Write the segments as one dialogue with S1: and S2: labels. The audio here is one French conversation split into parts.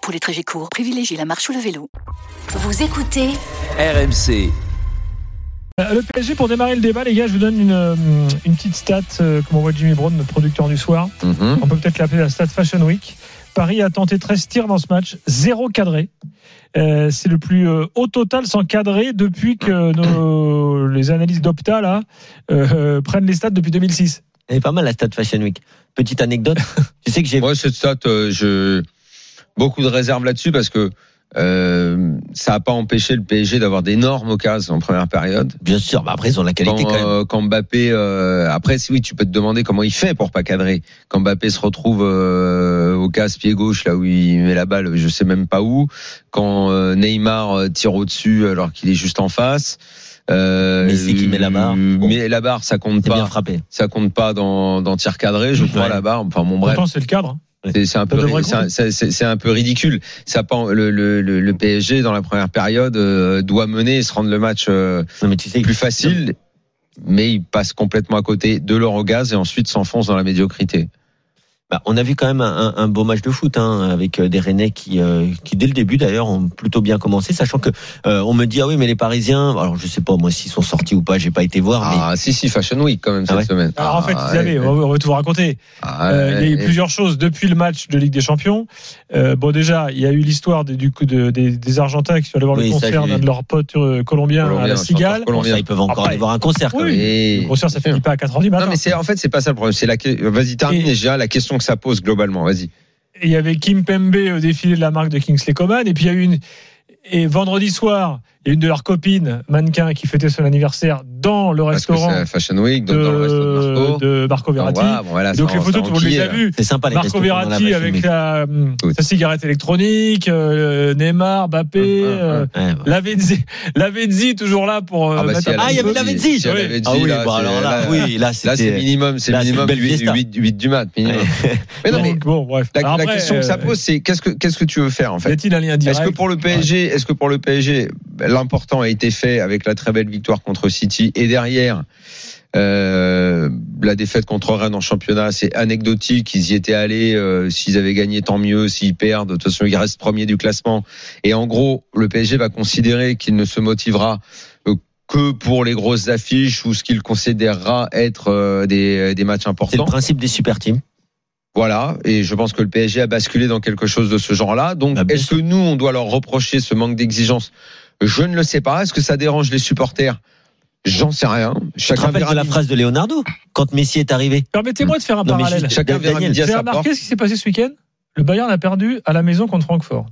S1: Pour les trajets courts, privilégiez la marche ou le vélo.
S2: Vous écoutez
S3: RMC.
S4: Euh, Le PSG, pour démarrer le débat, les gars, je vous donne une, euh, une petite stat, euh, comme on voit Jimmy Brown, notre producteur du soir.
S5: Mm. Mhm.
S4: On peut peut-être l'appeler la stat Fashion Week. Paris a tenté 13 tirs dans ce match, zéro cadré. Euh, c'est le plus euh, haut total sans cadré depuis que nos- les analystes d'Opta là, euh, euh, prennent les stats depuis 2006.
S6: Elle est pas mal la Stade Fashion Week. Petite anecdote. tu sais que j'ai
S5: Moi, cette stat, euh, je beaucoup de réserves là-dessus parce que euh, ça n'a pas empêché le PSG d'avoir d'énormes occasions en première période.
S6: Bien sûr, bah après ils ont la qualité
S5: quand,
S6: quand même.
S5: euh, quand Mbappé, euh, après, si oui, tu peux te demander comment il fait pour pas cadrer. Quand Mbappé se retrouve euh, au casse pied gauche, là où il met la balle, je sais même pas où. Quand euh, Neymar euh, tire au-dessus alors qu'il est juste en face. Euh,
S6: Messi qui met la barre. Bon.
S5: Mais la barre, ça compte
S6: C'est bien
S5: pas.
S6: frappé.
S5: Ça compte pas dans, dans tir cadré, je crois,
S6: Ouais.
S5: la barre. Enfin bon, bref.
S4: Pourtant, c'est le cadre.
S5: C'est c'est un peu,
S4: devrait
S5: ri- c'est un- c'est c'est- c'est un peu ridicule. Ça, pen- le, le, le, le PSG dans la première période euh, doit mener et se rendre le match euh,
S6: Non mais tu sais euh,
S5: plus facile, mais ils passent complètement à côté de leur gaz et ensuite s'enfoncent dans la médiocrité.
S6: Bah, on a vu quand même un, un- un beau match de foot hein, avec euh, des Rennais qui, euh, qui dès le début d'ailleurs ont plutôt bien commencé, sachant que euh, on me dit ah oui mais les Parisiens, alors je sais pas moi s'ils sont sortis ou pas, j'ai pas été voir, mais
S5: Ah si si Fashion Week quand même
S6: Ah
S5: cette
S6: ouais
S5: semaine.
S4: Alors, en fait,
S5: Ah,
S4: ils avaient,
S5: ouais.
S4: on va- on va tout vous raconter.
S5: Ah,
S4: Euh, il y a eu
S5: ouais.
S4: plusieurs choses depuis le match de Ligue des Champions. Euh, bon, déjà, il y a eu l'histoire des, du coup, de- des, des Argentins qui sont allés voir
S6: Oui,
S4: le
S6: ça,
S4: concert
S6: j'ai
S4: d'un
S6: vu.
S4: de leurs potes euh, colombiens à
S5: Colombien,
S4: la Cigale.
S5: chanteur
S6: bon, ça, ils peuvent encore
S4: Après,
S6: aller voir un concert. quand
S4: oui.
S6: même.
S5: Et-
S4: Le concert, ça
S5: Bien sûr.
S4: finit pas à 4h du matin.
S5: Non mais c'est en fait c'est pas ça le problème. C'est la que- vas-y termine
S4: Et-
S5: et... Gérard, la question que ça pose globalement. Vas-y.
S4: Et il y avait Kim Pembe au défilé de la marque de Kingsley Coman. Et puis il y a eu une. Et vendredi soir, il y a une de leurs copines, mannequin, qui fêtait son anniversaire dans le
S5: Parce que c'est
S4: restaurant
S5: la Fashion Week
S4: de,
S5: donc dans le resto de Marco.
S4: de Marco
S5: Ah,
S4: Verratti.
S5: ouais, bon, voilà,
S4: Donc
S5: ça,
S4: les
S5: on-
S4: photos,
S5: ça,
S4: tout
S5: on
S4: le monde les
S5: quille,
S4: a
S5: là.
S4: vues.
S6: C'est sympa les
S4: Marco
S6: restos pendant la
S4: Verratti
S6: machine,
S4: avec
S6: mais-
S4: la, hum,
S5: Oui.
S4: sa cigarette électronique, euh, Neymar, Mbappé,
S5: Hum, hum, hum.
S4: euh,
S6: Ouais, bah.
S4: Lavezzi, Lavezzi toujours là pour. euh,
S5: Ah, bah,
S4: mettre
S5: si
S4: un
S5: elle
S4: peu
S6: Ah, il y
S4: de-
S6: avait la Lavezzi.
S5: Si elle
S4: Oui.
S5: avait dit,
S6: Ah oui,
S5: bah, là,
S6: bon,
S5: c'est-
S6: alors là, oui, là
S5: Là, c'est
S6: c'était
S5: minimum, c'est
S6: là, c'est une
S5: minimum
S6: belle
S5: 8,
S6: fiesta.
S5: 8, du mat, minimum. mais non, mais
S4: Donc, bon, bref.
S5: la,
S4: Alors
S5: la
S4: après,
S5: question que ça
S4: euh,
S5: pose, c'est qu'est-ce que, qu'est-ce que tu veux faire, en
S4: Y
S5: fait?
S4: a-t-il un lien direct
S5: Est-ce que pour le PSG, est-ce que pour le PSG, l'important a été fait avec la très belle victoire contre City et derrière, euh, la défaite contre Rennes en championnat, c'est anecdotique. Ils y étaient allés. euh, S'ils avaient gagné, tant mieux. S'ils perdent, de toute façon, ils restent premiers du classement. Et en gros, le PSG va considérer qu'il ne se motivera euh, que pour les grosses affiches ou ce qu'il considérera être euh, des, des matchs
S6: c'est le
S5: importants.
S6: principe des super teams.
S5: Voilà, et je pense que le PSG a basculé dans quelque chose de ce genre-là. Donc,
S6: Ah, bien
S5: est-ce que nous, on doit leur reprocher ce manque d'exigence Je ne le sais pas. Est-ce que ça dérange les supporters J'en sais rien.
S6: Tu te
S5: Chacun
S6: rappelles
S5: verra,
S6: de la
S5: midi-
S6: phrase de Leonardo quand Messi est arrivé
S4: Permettez-moi de faire un
S6: Non, mais
S4: parallèle.
S6: juste-
S5: chacun verra
S6: Daniel,
S5: midi à
S4: Vous avez
S5: sa porte.
S4: remarqué ce qui s'est passé ce week-end Le Bayern a perdu à la maison contre Francfort.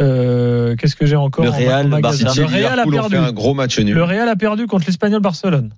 S4: Euh, Qu'est-ce que j'ai encore
S6: Le
S4: en-
S6: Real,
S4: en
S6: le
S4: magasin
S6: Barça.
S4: Le
S5: City,
S4: Real a
S5: Liverpool ont fait
S4: perdu.
S5: un gros match nul.
S4: Le Real a perdu contre l'Espagnol Barcelone.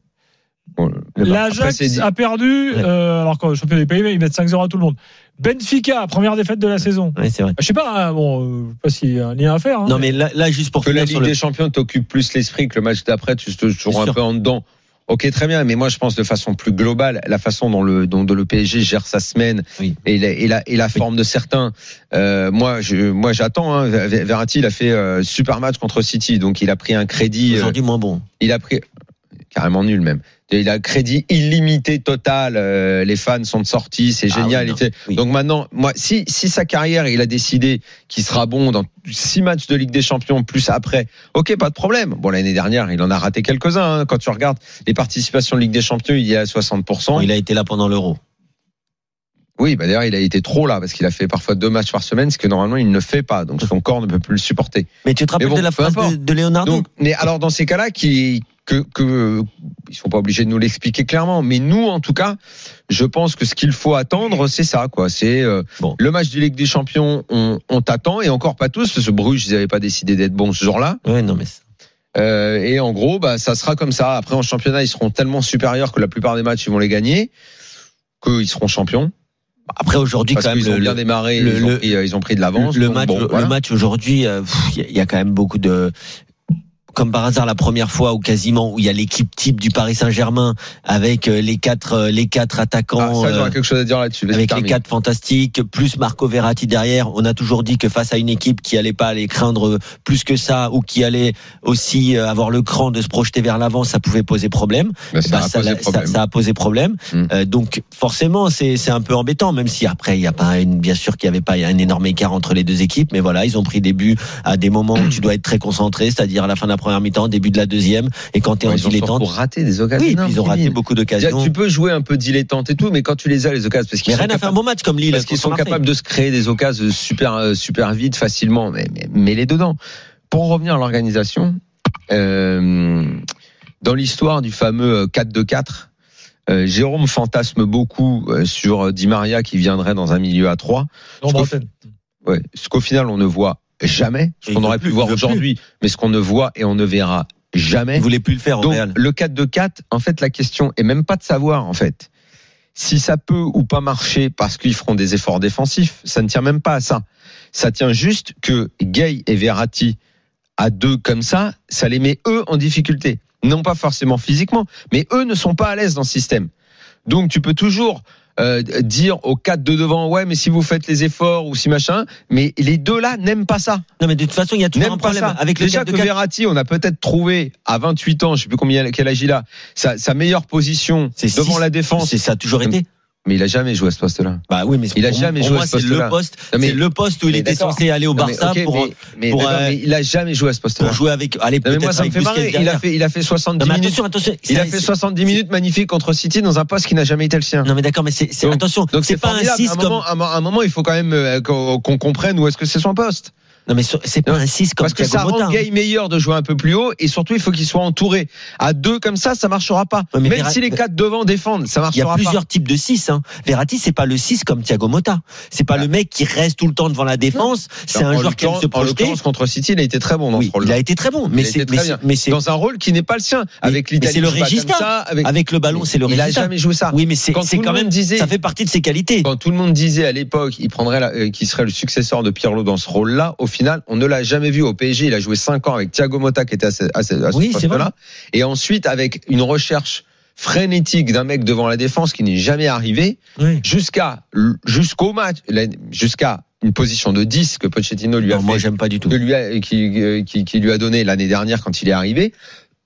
S5: Bon, le- Eh ben, Après, c'est
S4: L'Ajax
S5: dit-
S4: a perdu,
S6: Ouais.
S4: euh, alors qu'en championnat des Pays-Bas, ils mettent 5-0 à tout le monde. Benfica, première défaite de la saison.
S6: Ouais, c'est vrai.
S4: Je sais pas, hein, bon, euh, je sais pas s'il y a un lien à faire. hein.
S6: Non mais là, là, juste pour
S5: que la
S6: finir
S5: Ligue
S6: sur le
S5: des Champions t'occupe plus l'esprit que le match d'après, tu te toujours
S6: C'est
S5: un
S6: sûr.
S5: peu en dedans. Ok, très bien, mais moi je pense de façon plus globale, la façon dont le, dont le PSG gère sa semaine
S6: Oui.
S5: et la, et la, et la forme de certains. Euh, moi, je, moi j'attends. Hein, Ver- Verratti, il a fait euh, super match contre City, donc il a pris un crédit. euh,
S6: aujourd'hui moins bon.
S5: il a pris carrément nul même. Il a un crédit illimité total. euh, les fans sont sortis, c'est
S6: Ah
S5: génial.
S6: oui,
S5: il
S6: non,
S5: fait-
S6: oui.
S5: Donc maintenant, moi, si, si sa carrière, il a décidé qu'il sera bon dans six matchs de Ligue des Champions plus après, ok, pas de problème. Bon, l'année dernière, il en a raté quelques-uns. hein. Quand tu regardes les participations de Ligue des Champions, il est à 60%.
S6: Bon, il a été là pendant l'Euro.
S5: Oui, bah d'ailleurs, il a été trop là parce qu'il a fait parfois deux matchs par semaine, ce que normalement il ne fait pas. Donc son corps ne peut plus le supporter.
S6: Mais tu te rappelles
S5: bon,
S6: de la
S5: peu
S6: phrase de,
S5: importe.
S6: de Leonardo
S5: Donc, mais alors dans ces cas-là, qui que, que ils sont pas obligés de nous l'expliquer clairement, mais nous en tout cas, je pense que ce qu'il faut attendre, c'est ça quoi. C'est euh,
S6: Bon.
S5: le match du Ligue des Champions, on, on t'attend et encore pas tous. Parce que Bruges, ils n'avaient pas décidé d'être bons ce jour-là.
S6: Ouais, non mais c'est-
S5: Euh, et en gros, bah ça sera comme ça. Après en championnat, ils seront tellement supérieurs que la plupart des matchs, ils vont les gagner, qu'ils seront champions.
S6: Après aujourd'hui
S5: Parce
S6: quand même
S5: qu'ils ont
S6: le-
S5: bien
S6: le-
S5: démarré,
S6: le-
S5: ils, ont
S6: le-
S5: pris, euh, ils ont pris de l'avance.
S6: le
S5: donc
S6: match,
S5: bon,
S6: le
S5: voilà.
S6: match aujourd'hui, euh, pff, il y, a- il y a quand même beaucoup de comme par hasard la première fois ou quasiment où il y a l'équipe type du Paris Saint-Germain avec euh, les quatre euh, les quatre
S5: Ah,
S6: attaquants
S5: ça,
S6: euh,
S5: j'aurais quelque chose à dire là-dessus. vas-y,
S6: avec les
S5: termine.
S6: quatre fantastiques plus Marco Verratti derrière, on a toujours dit que face à une équipe qui allait pas les craindre plus que ça ou qui allait aussi euh, avoir le cran de se projeter vers l'avant, ça pouvait poser problème.
S5: Bah, ça
S6: Bah,
S5: a
S6: ça,
S5: posé
S6: l'a-
S5: problème.
S6: ça- ça a posé problème.
S5: Mm.
S6: Euh, donc forcément, c'est c'est un peu embêtant, même si après, il y a pas une, bien sûr qu'il n'y avait pas un énorme écart entre les deux équipes, mais voilà, ils ont pris des buts à des moments où tu dois être très concentré, c'est-à-dire à la fin de la première mi-temps, début de la deuxième, et quand tu es en
S5: Ils ont
S6: dilettante,
S5: pour rater des occasions.
S6: oui, et puis ils ont raté
S5: Kevin.
S6: beaucoup
S5: Déjà,
S6: d'occasions.
S5: Tu peux jouer un peu dilettante et tout, mais quand tu les as, les occasions, parce qu'ils
S6: Mais
S5: sont
S6: rien à faire un
S5: capables-
S6: bon match comme Lille.
S5: parce qu'ils
S6: contre
S5: sont
S6: Marseille.
S5: capables de se créer des occasions super, euh, super vite, facilement. Mais, mais, mais les dedans. Pour en revenir à l'organisation, euh, dans l'histoire du fameux euh, 4-2-4, euh, Jérôme fantasme beaucoup euh, sur euh, Di Maria qui viendrait dans un milieu à 3.
S4: Non,
S5: Je
S4: bah,
S5: trouve- Ouais, ce qu'au final on ne voit jamais, ce
S6: Et
S5: qu'on
S6: il
S5: aurait
S6: veut
S5: pu
S6: plus,
S5: voir
S6: il veut
S5: aujourd'hui, mais ce qu'on ne voit et on ne verra jamais.
S6: Ils voulaient plus le faire au
S5: Donc
S6: Real.
S5: le 4-2-4, en fait la question est même pas de savoir en fait si ça peut ou pas marcher parce qu'ils feront des efforts défensifs, ça ne tient même pas à ça. Ça tient juste que Gay et Verratti à deux comme ça, ça les met eux en difficulté. Non pas forcément physiquement, mais eux ne sont pas à l'aise dans ce système. Donc tu peux toujours euh, dire aux quatre de devant, ouais, mais si vous faites les efforts ou si machin, mais les deux là n'aiment pas ça.
S6: Non, mais de toute façon, il y a toujours
S5: N'aime
S6: un
S5: pas
S6: problème
S5: ça.
S6: avec le
S5: Déjà que
S6: 4-2-4.
S5: Verratti, on a peut-être trouvé à 28 ans, je sais plus combien quel âge il a, sa, sa meilleure position
S6: C'est
S5: devant
S6: six.
S5: la défense.
S6: C'est ça a toujours été.
S5: Mais il a jamais joué à ce poste-là.
S6: Bah oui, mais
S5: Il a
S6: pour-
S5: jamais
S6: pour
S5: joué
S6: moi,
S5: à ce
S6: c'est le
S5: poste-là.
S6: poste.
S5: Non, mais-
S6: C'est le poste où il
S5: mais
S6: était
S5: d'accord.
S6: censé aller au
S5: Non, mais,
S6: Barça
S5: ok,
S6: pour
S5: mais- mais
S6: pour,
S5: d'accord,
S6: euh,
S5: mais il a jamais joué à ce
S6: pour
S5: poste-là.
S6: jouer avec. Allez,
S5: Non, mais
S6: peut-être
S5: moi ça me
S6: avec
S5: fait
S6: Busquets
S5: marrer. Il
S6: derrière.
S5: a fait il a fait 70
S6: Non, mais
S5: minutes.
S6: attention, attention.
S5: Il
S6: ça,
S5: a fait
S6: c'est-
S5: 70 minutes magnifiques contre City dans un poste qui n'a jamais été le sien.
S6: Non mais d'accord, mais c'est c'est-
S5: Donc-
S6: attention,
S5: Donc
S6: c'est pas un
S5: formidable.
S6: 6
S5: à un
S6: comme
S5: moment, à un mo- à un moment, il faut quand même euh, qu'on qu'on comprenne où est-ce que c'est son poste.
S6: non mais so- c'est pas
S5: Non,
S6: un 6 comme
S5: Parce que
S6: Thiago
S5: ça
S6: Motta,
S5: rend
S6: hein.
S5: Gay meilleur de jouer un peu plus haut et surtout il faut qu'il soit entouré. À deux comme ça, ça marchera pas.
S6: Ouais, mais
S5: Même
S6: Verratti-
S5: si les quatre devant défendent, ça
S6: Il y a
S5: marchera pas.
S6: plusieurs types de 6 hein. Verratti c'est pas le 6 comme Thiago Motta. C'est pas
S5: Ah.
S6: le mec qui reste tout le temps devant la défense, c'est
S5: En
S6: un joueur qui aime
S5: l'occurrence-
S6: se
S5: En
S6: projeter.
S5: l'occurrence, contre City, il a été très bon dans
S6: Oui,
S5: ce rôle
S6: il a été très bon, mais
S5: Il a été
S6: c'est
S5: très
S6: mais c'est-
S5: bien.
S6: mais c'est
S5: Dans un rôle qui n'est pas le sien. Avec
S6: mais
S5: l'Italie,
S6: c'est le
S5: qui bat
S6: Regista.
S5: comme ça, avec,
S6: avec le ballon, c'est le
S5: Il a
S6: résultat.
S5: jamais joué ça.
S6: Oui, mais c'est
S5: Quand
S6: c'est
S5: tout le
S6: quand
S5: monde
S6: même
S5: disait-
S6: ça fait partie de ses qualités.
S5: Quand tout le monde disait à l'époque, il prendrait, la- euh, qu'il serait le successeur de Pirlo dans ce rôle-là, au final, on ne l'a jamais vu au PSG. Il a joué 5 ans avec Thiago Motta, qui était à ce, à ce- à ce
S6: Oui, c'est vrai.
S5: poste-là, et ensuite avec une recherche frénétique d'un mec devant la défense qui n'est jamais arrivé.
S6: Oui.
S5: jusqu'à jusqu'au match la- jusqu'à une position de 10 que Pochettino lui a
S6: Non, moi
S5: fait,
S6: j'aime pas du tout.
S5: que lui a- qui, euh, qui, qui lui a donné l'année dernière quand il est arrivé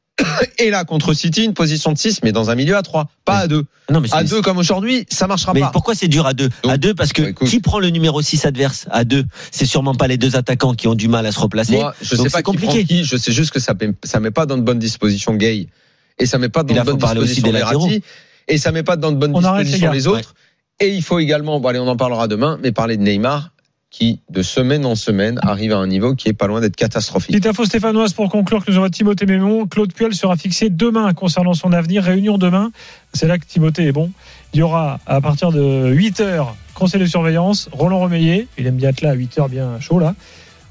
S5: et là contre City une position de 6 mais dans un milieu à 3 pas à 2
S6: Non mais c'est-
S5: à 2 comme aujourd'hui ça marchera
S6: Mais
S5: pas
S6: pourquoi c'est dur à deux
S5: Donc,
S6: À deux parce que
S5: bah, écoute.
S6: qui prend le numéro 6 adverse à deux C'est sûrement pas les deux attaquants qui ont du mal à se replacer.
S5: moi je
S6: Donc,
S5: sais pas qui
S6: c'est
S5: prend
S6: compliqué.
S5: qui je sais juste que ça met, ça met pas dans de bonnes dispositions Gay et ça met pas dans
S6: Et là,
S5: de bonnes
S6: faut parler aussi
S5: dispositions
S6: des latéraux.
S5: Verratti et ça met pas dans de bonnes
S4: On arrête,
S5: dispositions
S4: les
S5: les autres et il faut également bon, allez on en parlera demain mais parler de Neymar qui de semaine en semaine arrive à un niveau qui est pas loin d'être catastrophique
S4: Petite info stéphanoise pour conclure que nous aura Timothée Mémon. Claude Puel sera fixé demain concernant son avenir. Réunion demain. C'est là que Timothée est bon. Il y aura à partir de 8h conseil de surveillance, Roland Remeillet, il aime bien être là à 8h bien chaud là,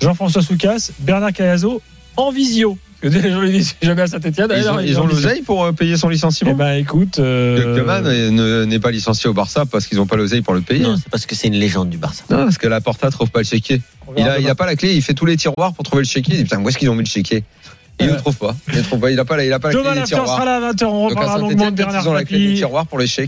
S4: Jean-François Soucas, Bernard Cayazo en visio. Parce que Les gens lui disent c'est jamais à Saint-Etienne.
S5: Ils ont, ils ont l'oseille pour euh, payer son licenciement.
S4: Eh ben écoute, euh,
S5: Gluckman euh, ne- n'est pas licencié au Barça parce qu'ils n'ont pas l'oseille pour le payer.
S6: Non,
S5: Non.
S6: c'est parce que c'est une légende du Barça.
S5: parce que la Porta trouve pas le chéquier.
S4: on
S5: Il
S4: verra
S5: a, il
S4: demain.
S5: a pas la clé, il fait tous les tiroirs pour trouver le chéquier. Il dit, putain, où est-ce qu'ils ont mis le chéquier Il ne
S4: Ouais.
S5: le trouve pas. Il ne trouve pas. Il a pas la, il a pas
S4: Euh.
S5: la
S4: Demain
S5: clé des
S4: l'after sera
S5: tiroirs.
S4: là à 20h, on
S5: Donc à
S4: reparlera longuement de
S5: Saint-Etienne, peut-être
S4: Bernard
S5: ils ont la clé des
S4: Tapie.
S5: tiroirs pour le